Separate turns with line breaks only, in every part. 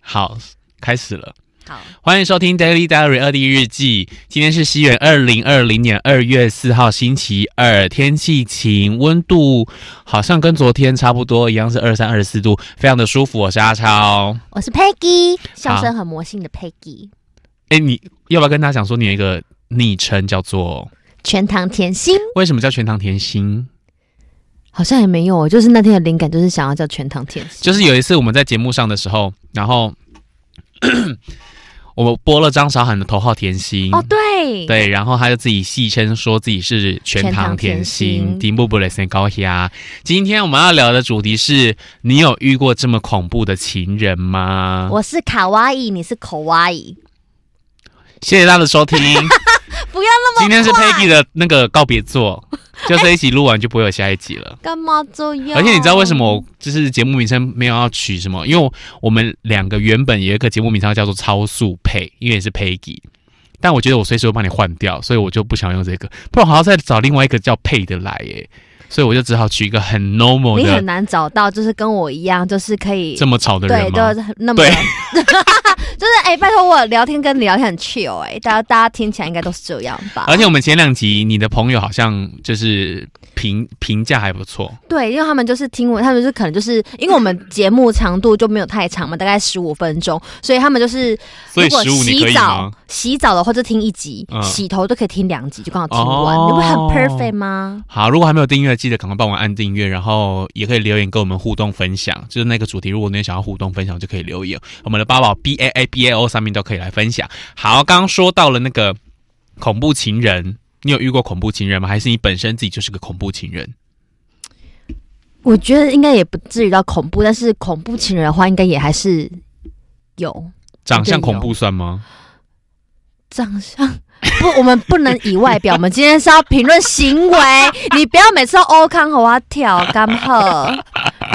好，开始了。
好，
欢迎收听 Daily Diary 二 D 日记。今天是西元二零二零年二月四号星期二，天气晴，温度好像跟昨天差不多，一样是二三二十四度，非常的舒服。我是阿超。
我是 Peggy，笑声很魔性的 Peggy，
哎，你要不要跟大家讲说你有一个昵称叫做
全糖甜心
为什么叫全糖甜心？
好像也没有哦，就是那天的灵感就是想要叫全糖甜心，
就是有一次我们在节目上的时候，然后 我们播了张韶涵的《头号甜心》
哦，对，
对，然后他就自己戏称说自己是全糖甜
全糖
心
甜心，
顶部布雷森高压。今天我们要聊的主题是你有遇过这么恐怖的情人吗？
我是卡哇伊，你是口哇伊，
谢谢大家的收听，
不要那么
今天是
快
Peggy 的那个告别作，就这一集录完就不会有下一集了。
干嘛这样？
而且你知道为什么我就是节目名称没有要取什么？因为我我们两个原本有一个节目名称叫做“超速配”，因为也是 Peggy，但我觉得我随时会帮你换掉，所以我就不想用这个，不然我还要再找另外一个叫配的来耶，所以我就只好取一个很 normal
你很
的
难找到，就是跟我一样，就是可以
这么吵的
对，
人哦吗？
就是那么
对
就是哎、拜托我聊天跟你聊天很 chill 哎、大家大家听起来应该都是这样吧？
而且我们前两集你的朋友好像就是评评价还不错，
对，因为他们就是听我，他们就是可能就是因为 我们节目长度就没有太长嘛，大概十五分钟，所以他们就是
所
如
以
果
十五你可
洗
以
澡
吗？
洗澡的话就听一集，
嗯
洗头都可以听两集，就刚好听完，
哦
你不很 perfect 吗？
好，如果还没有订阅，记得赶快帮我按订阅，然后也可以留言跟我们互动分享。就是那个主题，如果你也想要互动分享，就可以留言。我们的八宝 B A A B A O 上面都可以来分享。好，刚刚说到了那个恐怖情人，你有遇过恐怖情人吗？还是你本身自己就是个恐怖情人？
我觉得应该也不至于到恐怖，但是恐怖情人的话，应该也还是有
长相
对有
恐怖算吗？
长相。不，我们不能以外表，我们今天是要评论行为。你不要每次都欧康和我跳干喝，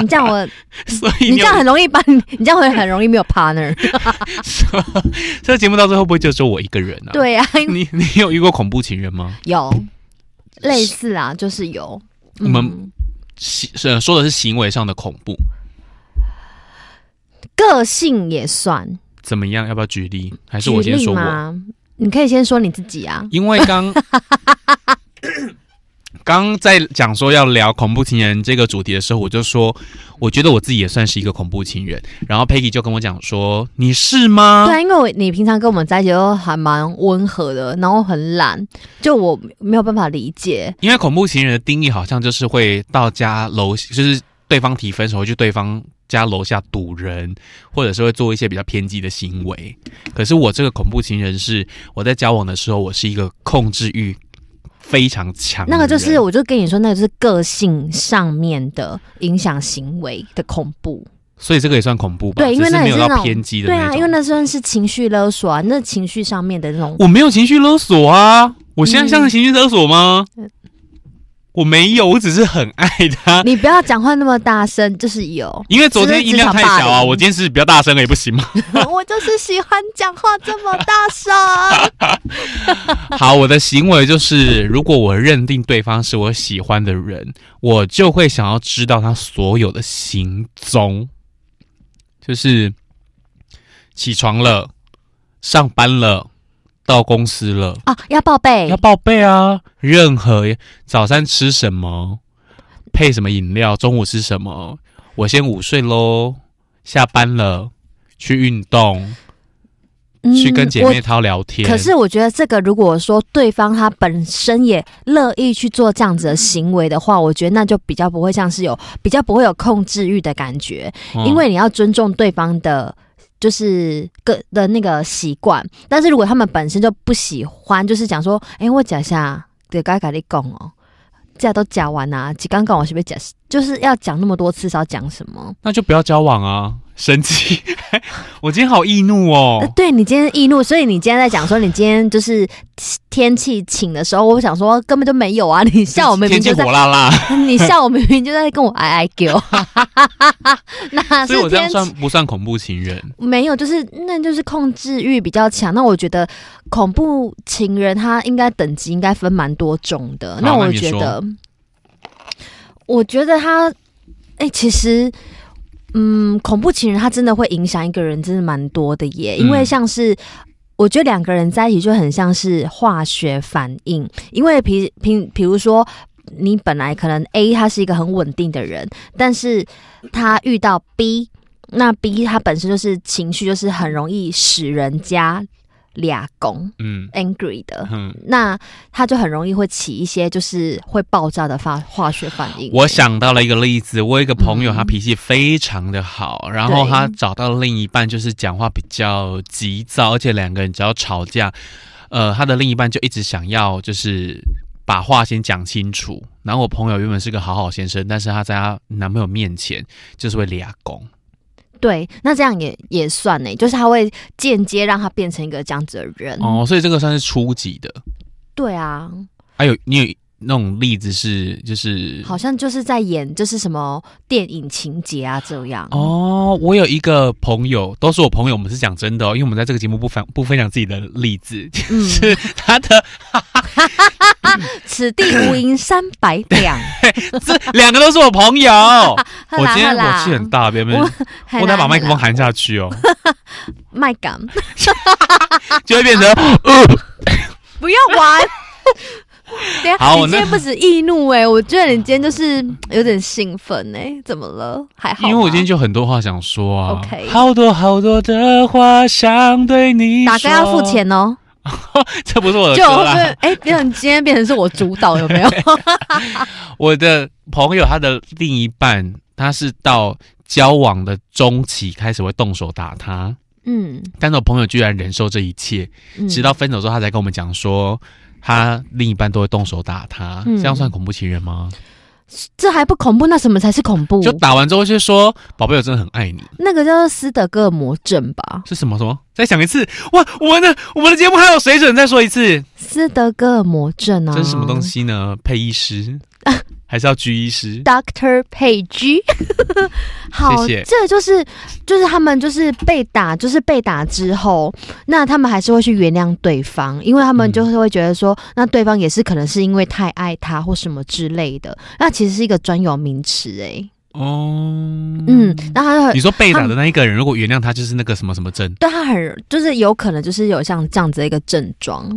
你这样我，
所以
嗯你
你
这
有
样很容易把你，你这样会很容易没有 partner。
这个节目到最后会不会就只有我一个人啊？，
对啊，
你你有遇过恐怖情人吗？
有类似啊，就是有。嗯
我们行是呃说的是行为上的恐怖，
个性也算，
怎么样？要不要举例？还是
举
我先
例
说我？
吗？你可以先说你自己啊。
因为刚刚在讲说要聊恐怖情人这个主题的时候，我就说，我觉得我自己也算是一个恐怖情人。然后 Peggy 就跟我讲说：“你是吗
对啊，因为我你平常跟我们在一起都还蛮温和的，然后很懒，就我没有办法理解。？”
因为恐怖情人的定义好像就是会到家楼，就是对方提分手会去对方家楼下堵人，或者是会做一些比较偏激的行为。可是我这个恐怖情人是我在交往的时候，我是一个控制欲非常强的
那
人，
个就是，我就跟你说，那个就是个性上面的影响行为的恐怖。
所以这个也算恐怖吧？
对因为
只是
那
没
也
有
是那
到
种
偏激的
对
那种。
啊，因为那算是情绪勒索啊，那情绪上面的那种。
我没有情绪勒索啊！我现在
嗯
像情绪勒索吗？我没有，我只是很爱他。。
你不要讲话那么大声，就是有
因为昨天音量太
这是职
小
场霸
啊，
凌
我今天是比较大声了，也不 行吗？
我就是喜欢讲话这么大声。
好，我的行为就是，如果我认定对方是我喜欢的人，我就会想要知道他所有的行踪，就是起床了、上班了、到公司了，
啊，要报备
要，报备啊！任何早餐吃什么，配什么饮料，中午吃什么，我先午睡喽。下班了，去运动，
嗯
去跟姐
我
妹淘聊天。
可是我觉得这个，如果说对方他本身也乐意去做这样子的行为的话，我觉得那就比较不会像是有比较不会有控制欲的感觉，
嗯
因为你要尊重对方的。就是个的那个习惯，但是如果他们本身就不喜欢，就是讲说，哎、我讲下，对，该跟你讲哦，这都讲完啦、啊，几刚刚我是不是讲，就是要讲那么多次是要讲什么？
那就不要交往啊！生气， 我今天好易怒
呃
哦。
对你今天易怒，所以你今天在讲说你今天就是天气晴的时候，我想说根本就没有啊！你笑我明
天
明
气
就在
火，辣辣，
你笑我明明就在跟我哀哀叫， 哪
所以
啊是
我这样
天
算
气？
不算恐怖情人？
没有，就是那就是控制欲比较强。那我觉得恐怖情人他应该等级应该分蛮多种的。那
好
我
那你
觉
说
得，我觉得他，哎、其实嗯，恐怖情人他真的会影响一个人，真的蛮多的耶。因为
嗯
像是、我觉得两个人在一起就很像是化学反应，因为比比比如说。你本来可能 A 他是一个很稳定的人，但是他遇到 B，那 B 他本身就是情绪就是很容易使人家俩拱
嗯
angry 的，
嗯，
那他就很容易会起一些就是会爆炸的化化学反应。
我想到了一个例子，我有一个朋友，
嗯
他脾气非常的好，然后
对
他找到另一半就是讲话比较急躁，而且两个人只要吵架，呃，他的另一半就一直想要就是把话先讲清楚。然后我朋友原本是个好好先生，但是他在他男朋友面前就是会俩拱，
对，那这样也也算呢，就是他会间接让他变成一个这样子的人。
哦，所以这个算是初级的。
对啊，
还有你有那种例子是就是
好像就是在演就是什么电影情节啊这样。
哦，我有一个朋友，都是我朋友，我们是讲真的哦，因为我们在这个节目不分不分享自己的例子，
嗯
是他的
此地无银三百两，
这两个都是我朋 友。
呵
我
啦
今天
呵
火
啦
气很大，别别，
我
我
嘿啦
得把麦克风
嘿
含下去哦，
啦麦感，
就会变 成呃
不要玩。等一下
好
你
我
今
那
天不止易怒哎、我觉得你今天就是有点兴奋哎、怎么了？还好吗？
因为我今天就很多话想说啊
OK
好多好多的话想对你
打歌要付，钱哦，
这不是我的
就
歌
会不会
啦，
哎，没有，你今天变成是我主导有没 有？
我的朋友他的另一半，他是到交往的中期开始会动手打他，
嗯，
但是我朋友居然忍受这一切，
嗯
直到分手之后，他才跟我们讲说，他另一半都会动手打他，
嗯
这样算恐怖情人吗？
这还不恐怖，那什么才是恐怖？
就打完之后就说，宝贝，我真的很爱你，
那个叫做斯德哥尔摩症吧，
是什么什么？再讲一次，哇，我们的我们的节目还有水准，再说一次，
斯德哥尔摩症啊，
这是什么东西呢？配医 师还是要居医师？
？Doctor 佩居， 好，
谢谢
这就是就是他们就是被打，就是被打之后，那他们还是会去原谅对方，因为他们
嗯
就是会觉得说，那对方也是可能是因为太爱他或什么之类的，那其实是一个专有名词哎、
哦，
嗯，那他就很
你说被打的那一个人，如果原谅他，就是那个什么什么症？
对他很就是有可能就是有像这样子的一个症状，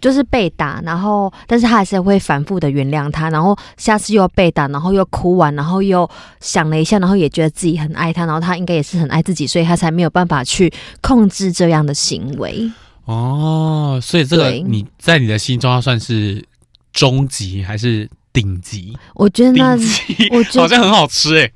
就是被打，然后但是他还是会反复的原谅他，然后下次又要被打，然后又哭完，然后又想了一下，然后也觉得自己很爱他，然后他应该也是很爱自己，所以他才没有办法去控制这样的行为。
哦，所以这个
对
你在你的心中，它算是中级还是顶级？
我觉得那
顶。级
我觉
好像
得，
很好吃哎、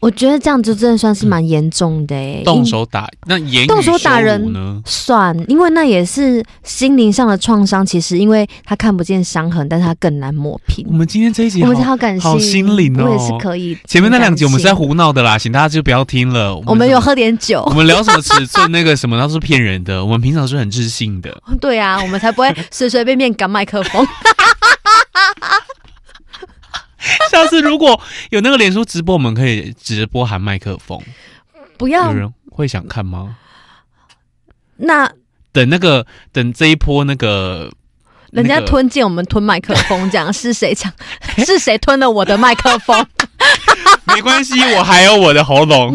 我觉得这样就真的算是蛮严重的、欸。
动手打那言语
动手打人
羞辱呢？
算，因为那也是心灵上的创伤。其实，因为他看不见伤痕，但是他更难抹平
我。们今天这一集
我
好
们，好感性，
哎好心灵哦
我也是可以。
前面那两集我们是在
很感性，
胡闹的啦，请大家就不要听了。我
我们有
什么
喝点酒
我。们聊什么尺寸那个什么，那都是骗人的。我们平常是很自信的。
对啊，我们才 不会随随便便赶麦克风。
下次如果有那个脸书直播，我们可以直播喊麦克风，
不
有
要，
人会想看吗？
那
等那个等这一波那个
人家
那个
吞进我们吞麦克风，这样是谁 抢？是谁吞了我的麦克风？
没关系，我还有我的喉咙。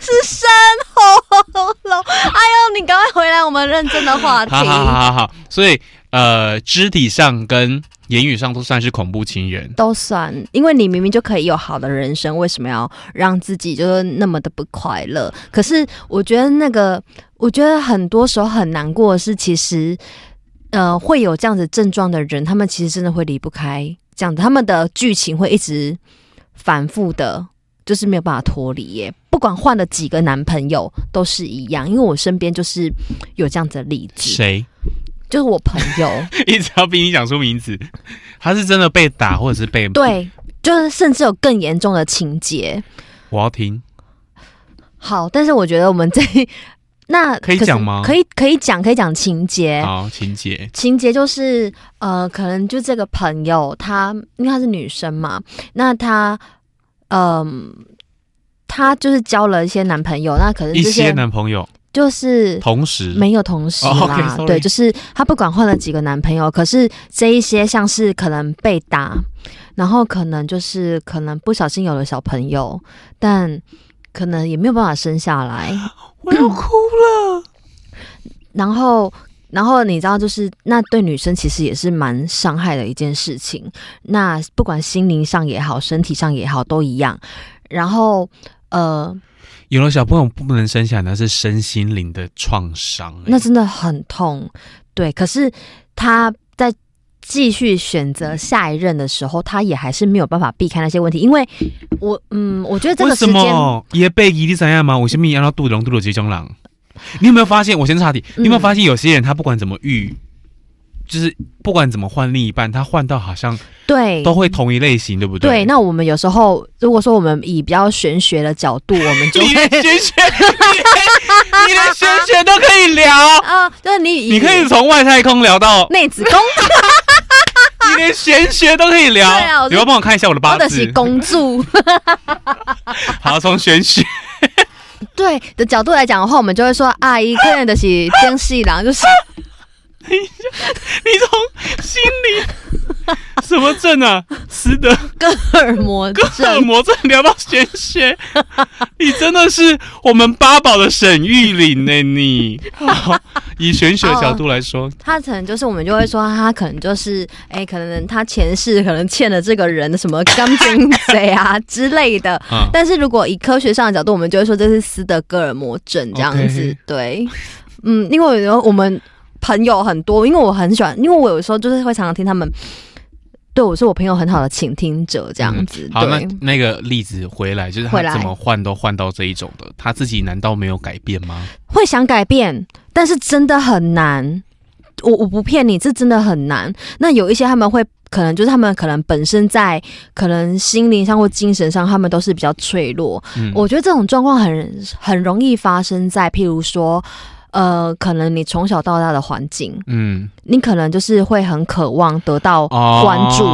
是山喉咙。哎呦，你赶快回来，我们认真的话题。
好好好好好，所以呃，肢体上跟言语上都算是恐怖情人。
都算，因为你明明就可以有好的人生，为什么要让自己就是那么的不快乐？可是我觉得那个，我觉得很多时候很难过的是，其实呃会有这样子症状的人，他们其实真的会离不开这样子，他们的剧情会一直反复的，就是没有办法脱离耶。不管换了几个男朋友都是一样，因为我身边就是有这样子的例子，
谁
就是我朋友，
一直要逼你讲出名字？他是真的被打，或者是被？
对，就是甚至有更严重的情节。
我要听。
好，但是我觉得我们这那
可以
是
讲吗
可以，可以讲，可以讲情节。
好，情节。
情节就是呃，可能就这个朋友她，因为她是女生嘛，那她嗯、她就是交了一些男朋友，那可能
一
这
些
些
男朋友
就是
同时
没有同时
哦
啦
，OK，sorry
对，就是她不管换了几个男朋友，可是这一些像是可能被打，然后可能就是可能不小心有了小朋友，但可能也没有办法生下来，
我要哭了。
然后。然后你知道，就是那对女生其实也是蛮伤害的一件事情。那不管心灵上也好，身体上也好，都一样。然后，呃，
有了小朋友不能生下来，那是身心灵的创伤、欸
那真的很痛，对。可是他在继续选择下一任的时候，他也还是没有办法避开那些问题，因为我，嗯，我觉得这
为
个
什
时间，
么也被一定怎样吗？为什么要到杜龙杜龙这种狼？ 你有没有发现？我先插题，你
嗯
有没有发现有些人他不管怎么遇，就是不管怎么换另一半，他换到好像
对，
都会同一类型，对不
对。
对？
那我们有时候，如果说我们以比较玄学的角度，我们就
你
会
连，玄学，你连你连玄学都可以聊，
啊、就是 你以
你可以从外太空聊 到，
内子宫。
你连玄学都可以聊。
对啊我是
你要帮我看一下我的八
或者哦是
字？
公主
好，从玄学，
对的角度来讲的话，我们就会说啊，一个人的是江西郎，就是
你从心理 什么症啊？斯德
荷尔蒙
荷尔
症。
摩症聊到玄 学，你真的是我们八宝的沈玉琳呢、你好，以玄学的角度来说，
他可能就是我们就会说他可能就是哎、可能他前世可能欠了这个人什么钢筋贼啊之类 的。
啊，
但是如果以科学上的角度，我们就会说这是斯德哥尔摩症这样子。
OK
对，嗯，因为我们朋友很多，因为我很喜欢，因为我有时候就是会常常听他们。对，我是我朋友很好的倾听者，这样子。
嗯好，那
对，
那个例子回来，就是
回
他
来
怎么换都换到这一种的，他自己难道没有改变吗？
会想改变，但是真的很难。我我不骗你，这真的很难。那有一些他们会可能就是他们可能本身在可能心灵上或精神上，他们都是比较脆弱。
嗯
我觉得这种状况很很容易发生在譬如说，呃，可能你从小到大的环境，
嗯，
你可能就是会很渴望得到
哦
关注，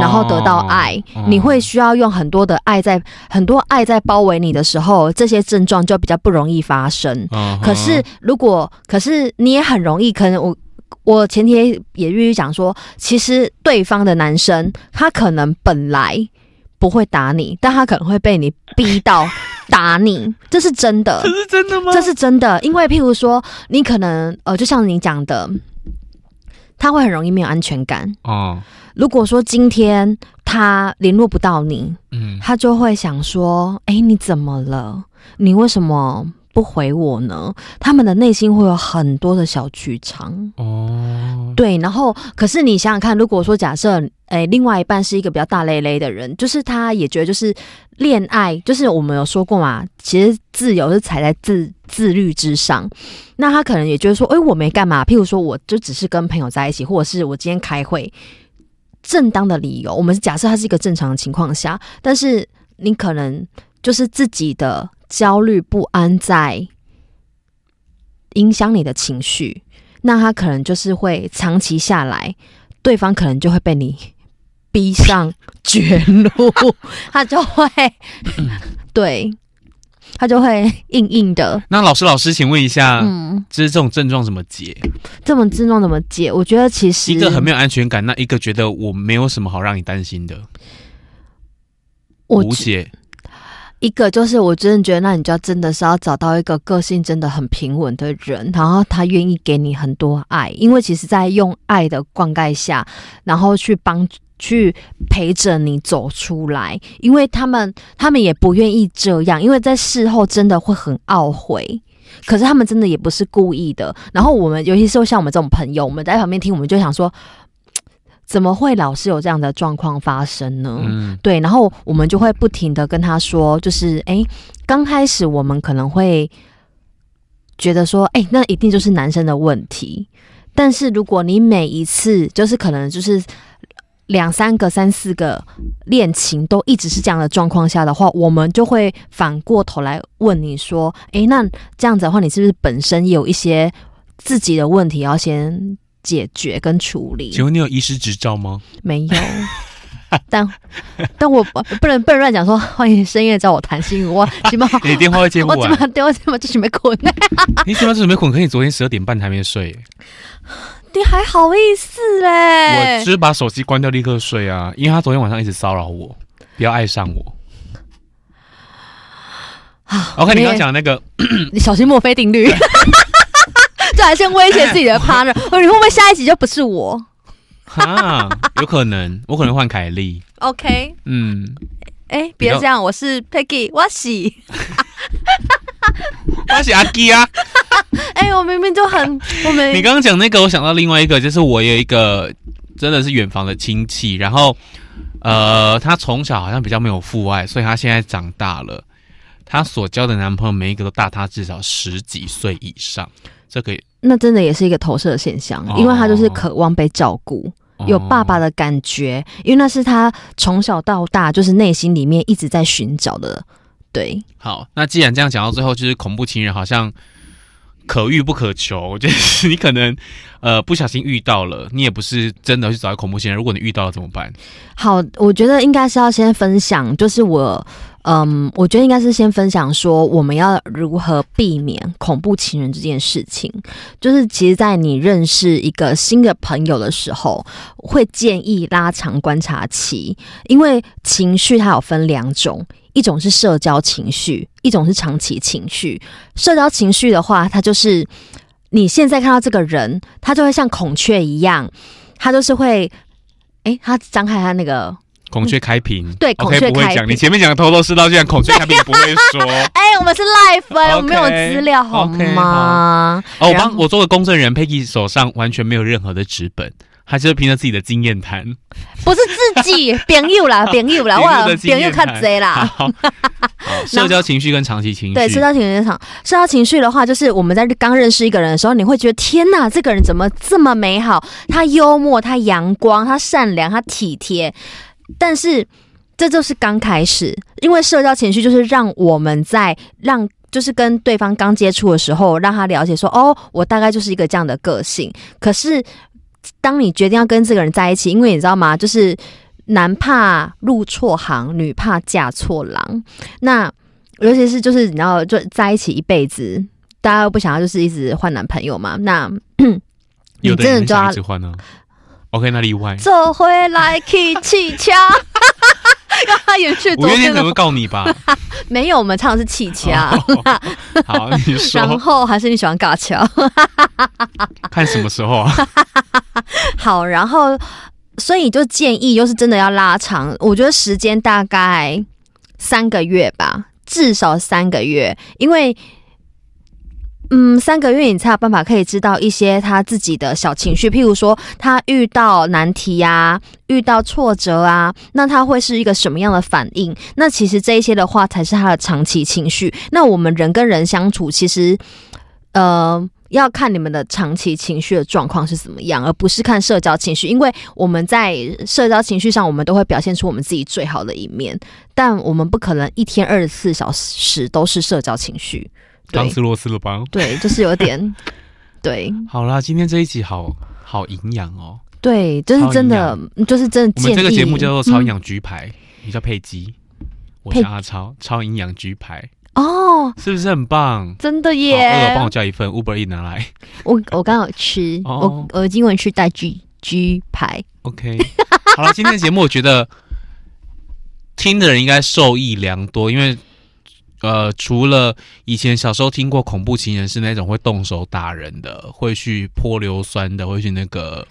然后得到，爱，你会需要用很多的爱在很多爱在包围你的时候，这些症状就比较不容易发生。
嗯哼
可是如果可是你也很容易，可能我我前提也必须讲说，其实对方的男生他可能本来不会打你，但他可能会被你逼到打 你，这是真的
这，是真的吗？
这是真的。因为譬如说，你可能呃，就像你讲的，他会很容易没有安全感。
哦，
如果说今天他联络不到你，
嗯
他就会想说：“哎、你怎么了？你为什么不回我呢？”他们的内心会有很多的小剧场。
哦，
对，然后可是你想想看，如果说假设，哎，另外一半是一个比较大咧咧的人，就是他也觉得就是恋爱，就是我们有说过嘛，其实自由是踩在自自律之上。那他可能也觉得说，哎，我没干嘛，譬如说，我就只是跟朋友在一起，或者是我今天开会，正当的理由，我们假设他是一个正常的情况下，但是你可能就是自己的焦虑不安在影响你的情绪，那他可能就是会长期下来，对方可能就会被你逼上绝路，他就会 对，他就会硬硬的，
那老师老师，请问一下，
嗯，
就是这种症状怎么解？
这种症状怎么解？我觉得其实
一个很没有安全感，那一个觉得我没有什么好让你担心的，
我
无解。
一个就是我真的觉得，那你就要真的是要找到一个个性真的很平稳的人，然后他愿意给你很多爱，因为其实，在用爱的灌溉下，然后去帮去陪着你走出来，因为他们他们也不愿意这样，因为在事后真的会很懊悔。可是他们真的也不是故意的。然后我们，尤其是像我们这种朋友，我们在旁边听，我们就想说，嘖怎么会老是有这样的状况发生呢？
嗯，
对，然后我们就会不停的跟他说，就是哎，诶刚开始我们可能会觉得说，哎，那一定就是男生的问题。但是如果你每一次就是可能就是两三个、三四个恋情都一直是这样的状况下的话，我们就会反过头来问你说，哎，那这样子的话，你是不是本身也有一些自己的问题要先解决跟处理？
请问你有医师执照 吗？
没 有，但但我不不能不能乱讲说，欢迎深夜找我谈 心，我起码
你的电话会接不
我起
完，
码对我起码就是没困难。
你起码准备捆，可你昨天十二点半还没睡，
你还好意思
我
嘞
只？是把手机关掉立刻睡啊，因为他昨天晚上一直骚扰我，不要爱上 我。OK，你刚刚讲那个，
你小心墨菲 定律，就还先威胁自己的 partner，哦你会不会下一集就不是我
哈，有可能，我可能换凯莉，
？OK，
嗯，
哎、
比
别
较
这样，我是 Peggy，我喜。
他是阿基啊。
哎、我明明就很，我们
你刚刚讲那个，我想到另外一个，就是我有一个真的是远房的亲戚，然后呃，他从小好像比较没有父爱，所以他现在长大了，他所交的男朋友每一个都大他至少十几岁以上，这个、
那真的也是一个投射现象，
哦
因为他就是渴望被照顾，有爸爸
的
的感觉，因为那是他从小到大就是内心里面一直在寻找的。对，
好。那既然这样讲到最后，就是恐怖情人好像。可遇不可求，就是你可能，呃，不小心遇到了，你也不是真的去找恐怖情人。如果你遇到了怎么办？
好，我觉得应该是要先分享，就是我，嗯，我觉得应该是先分享说我们要如何避免恐怖情人这件事情。就是其实，在你认识一个新的朋友的时候，会建议拉长观察期，因为情绪它有分两种。一种是社交情绪，一种是长期情绪。社交情绪的话，它就是你现在看到这个人，他就会像孔雀一样，他就是会，诶，他张开他那个
孔雀开屏，
对孔
OK，
雀
不会
开
讲。
屏
你前面讲的头头是道，就讲孔雀开屏不会说。
哎、我们是 live，、哎
OK，
我们有资料好
OK，
吗
哦，我
然
帮我做个公证人，Peggy 手上完全没有任何的纸本，他就是凭着自己的经验谈。
不是自己， 朋友啦，朋友 啦，
朋友
我啊
的经
朋
验
友看贼啦。
好，好社交情绪跟长期情绪，
对，社交情绪场，社交情绪的话，就是我们在刚认识一个人的时候，你会觉得天哪，这个人怎么这么美好？他幽默，他阳光，他善良，他体贴，但是这就是刚开始，因为社交情绪就是让我们在让。就是跟对方刚接触的时候，让他了解说，哦，我大概就是一个这样的个性。可是，当你决定要跟这个人在一起，因为你知道吗？就是男怕入错行，女怕嫁错郎。那尤其是就是你知道，就在一起一辈子，大家又不想要就是一直换男朋友嘛。那
有
你真的
人
就
想
要
一直换呢。OK，那例外。
走回来 k 气 枪，让他延续
五
昨
月天
天
可能
的
会告你 吧？
没有，我们唱的是气枪。
哦好，你
然
说
后还是你喜欢尬枪，
看什么时候啊？
好，然后所以就建议，就是真的要拉长，我觉得时间大概三个月吧，至少三个月，因为。嗯，三个月你才有办法可以知道一些他自己的小情绪，譬如说他遇到难题呀、遇到挫折啊，那他会是一个什么样的反应？那其实这一些的话才是他的长期情绪。那我们人跟人相处，其实呃。要看你们的长期情绪的状况是怎么样，而不是看社交情绪，因为我们在社交情绪上，我们都会表现出我们自己最好的一面，但我们不可能一天二十四小时都是社交情绪。对
当斯洛斯了吧？
对，就是有点，对
好啦，今天这一集好好营养哦。
对，就是真的，就是真的
我
建议。
们这个节目叫做超营
嗯
养橘牌，你叫佩姬，我
佩
叫阿超，超营养橘牌
哦，
是不是很棒？
真的
嗯好，饿
耶
了！帮我叫一份 Uber E 拿来。
我我刚好有吃，
哦
我我今晚吃带 G G 牌，
OK，好了，今天的节目我觉得听的人应该受益良多，因为呃，除了以前小时候听过恐怖情人是那种会动手打人的，会去泼硫酸的，会去那个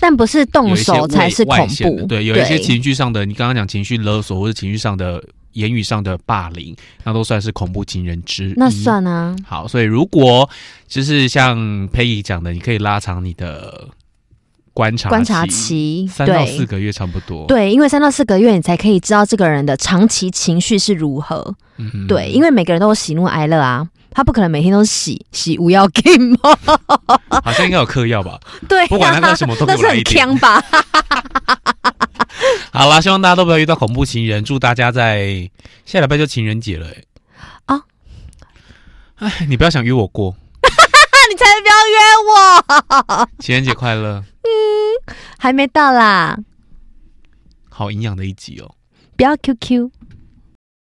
但不是
有
动
一些
手才
外
是恐
外显的
怖，
对，有一些情绪上的，你刚刚讲情绪勒索或者情绪上的言语上的霸凌，那都算是恐怖情人之一。
那算啊，
好，所以如果就是像佩仪讲的，你可以拉长你的观察
观察期
三到四
对
个月差不多。
对，因为三到四个月你才可以知道这个人的长期情绪是如何。
嗯哼
对，因为每个人都有喜怒哀乐啊，他不可能每天都喜喜无要 game 哦。
好像应该有嗑药吧，
对、啊，
不管他嗑什么都给
那
我
是
来
很
一点。
强吧？
好啦，希望大家都不要遇到恐怖情人，祝大家在下礼拜就情人节了、欸。
啊，
哎，你不要想约我过，
那你才不要约我，
情人节快乐，
还没到啦，
好营养的一集哦。
不要 QQ。